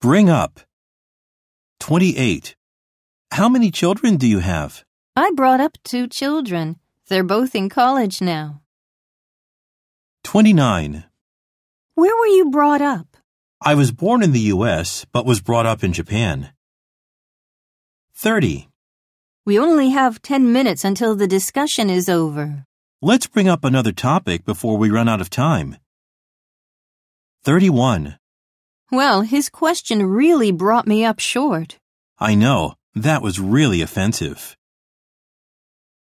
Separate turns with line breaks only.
Bring up. 28. How many children do you have?
I brought up two children. They're both in college now.
29.
Where were you brought up?
I was born in the U.S., but was brought up in Japan. 30.
We only have 10 minutes until the discussion is over.
Let's bring up another topic before we run out of time. 31.
Well, his question really brought me up short.
I know, that was really offensive.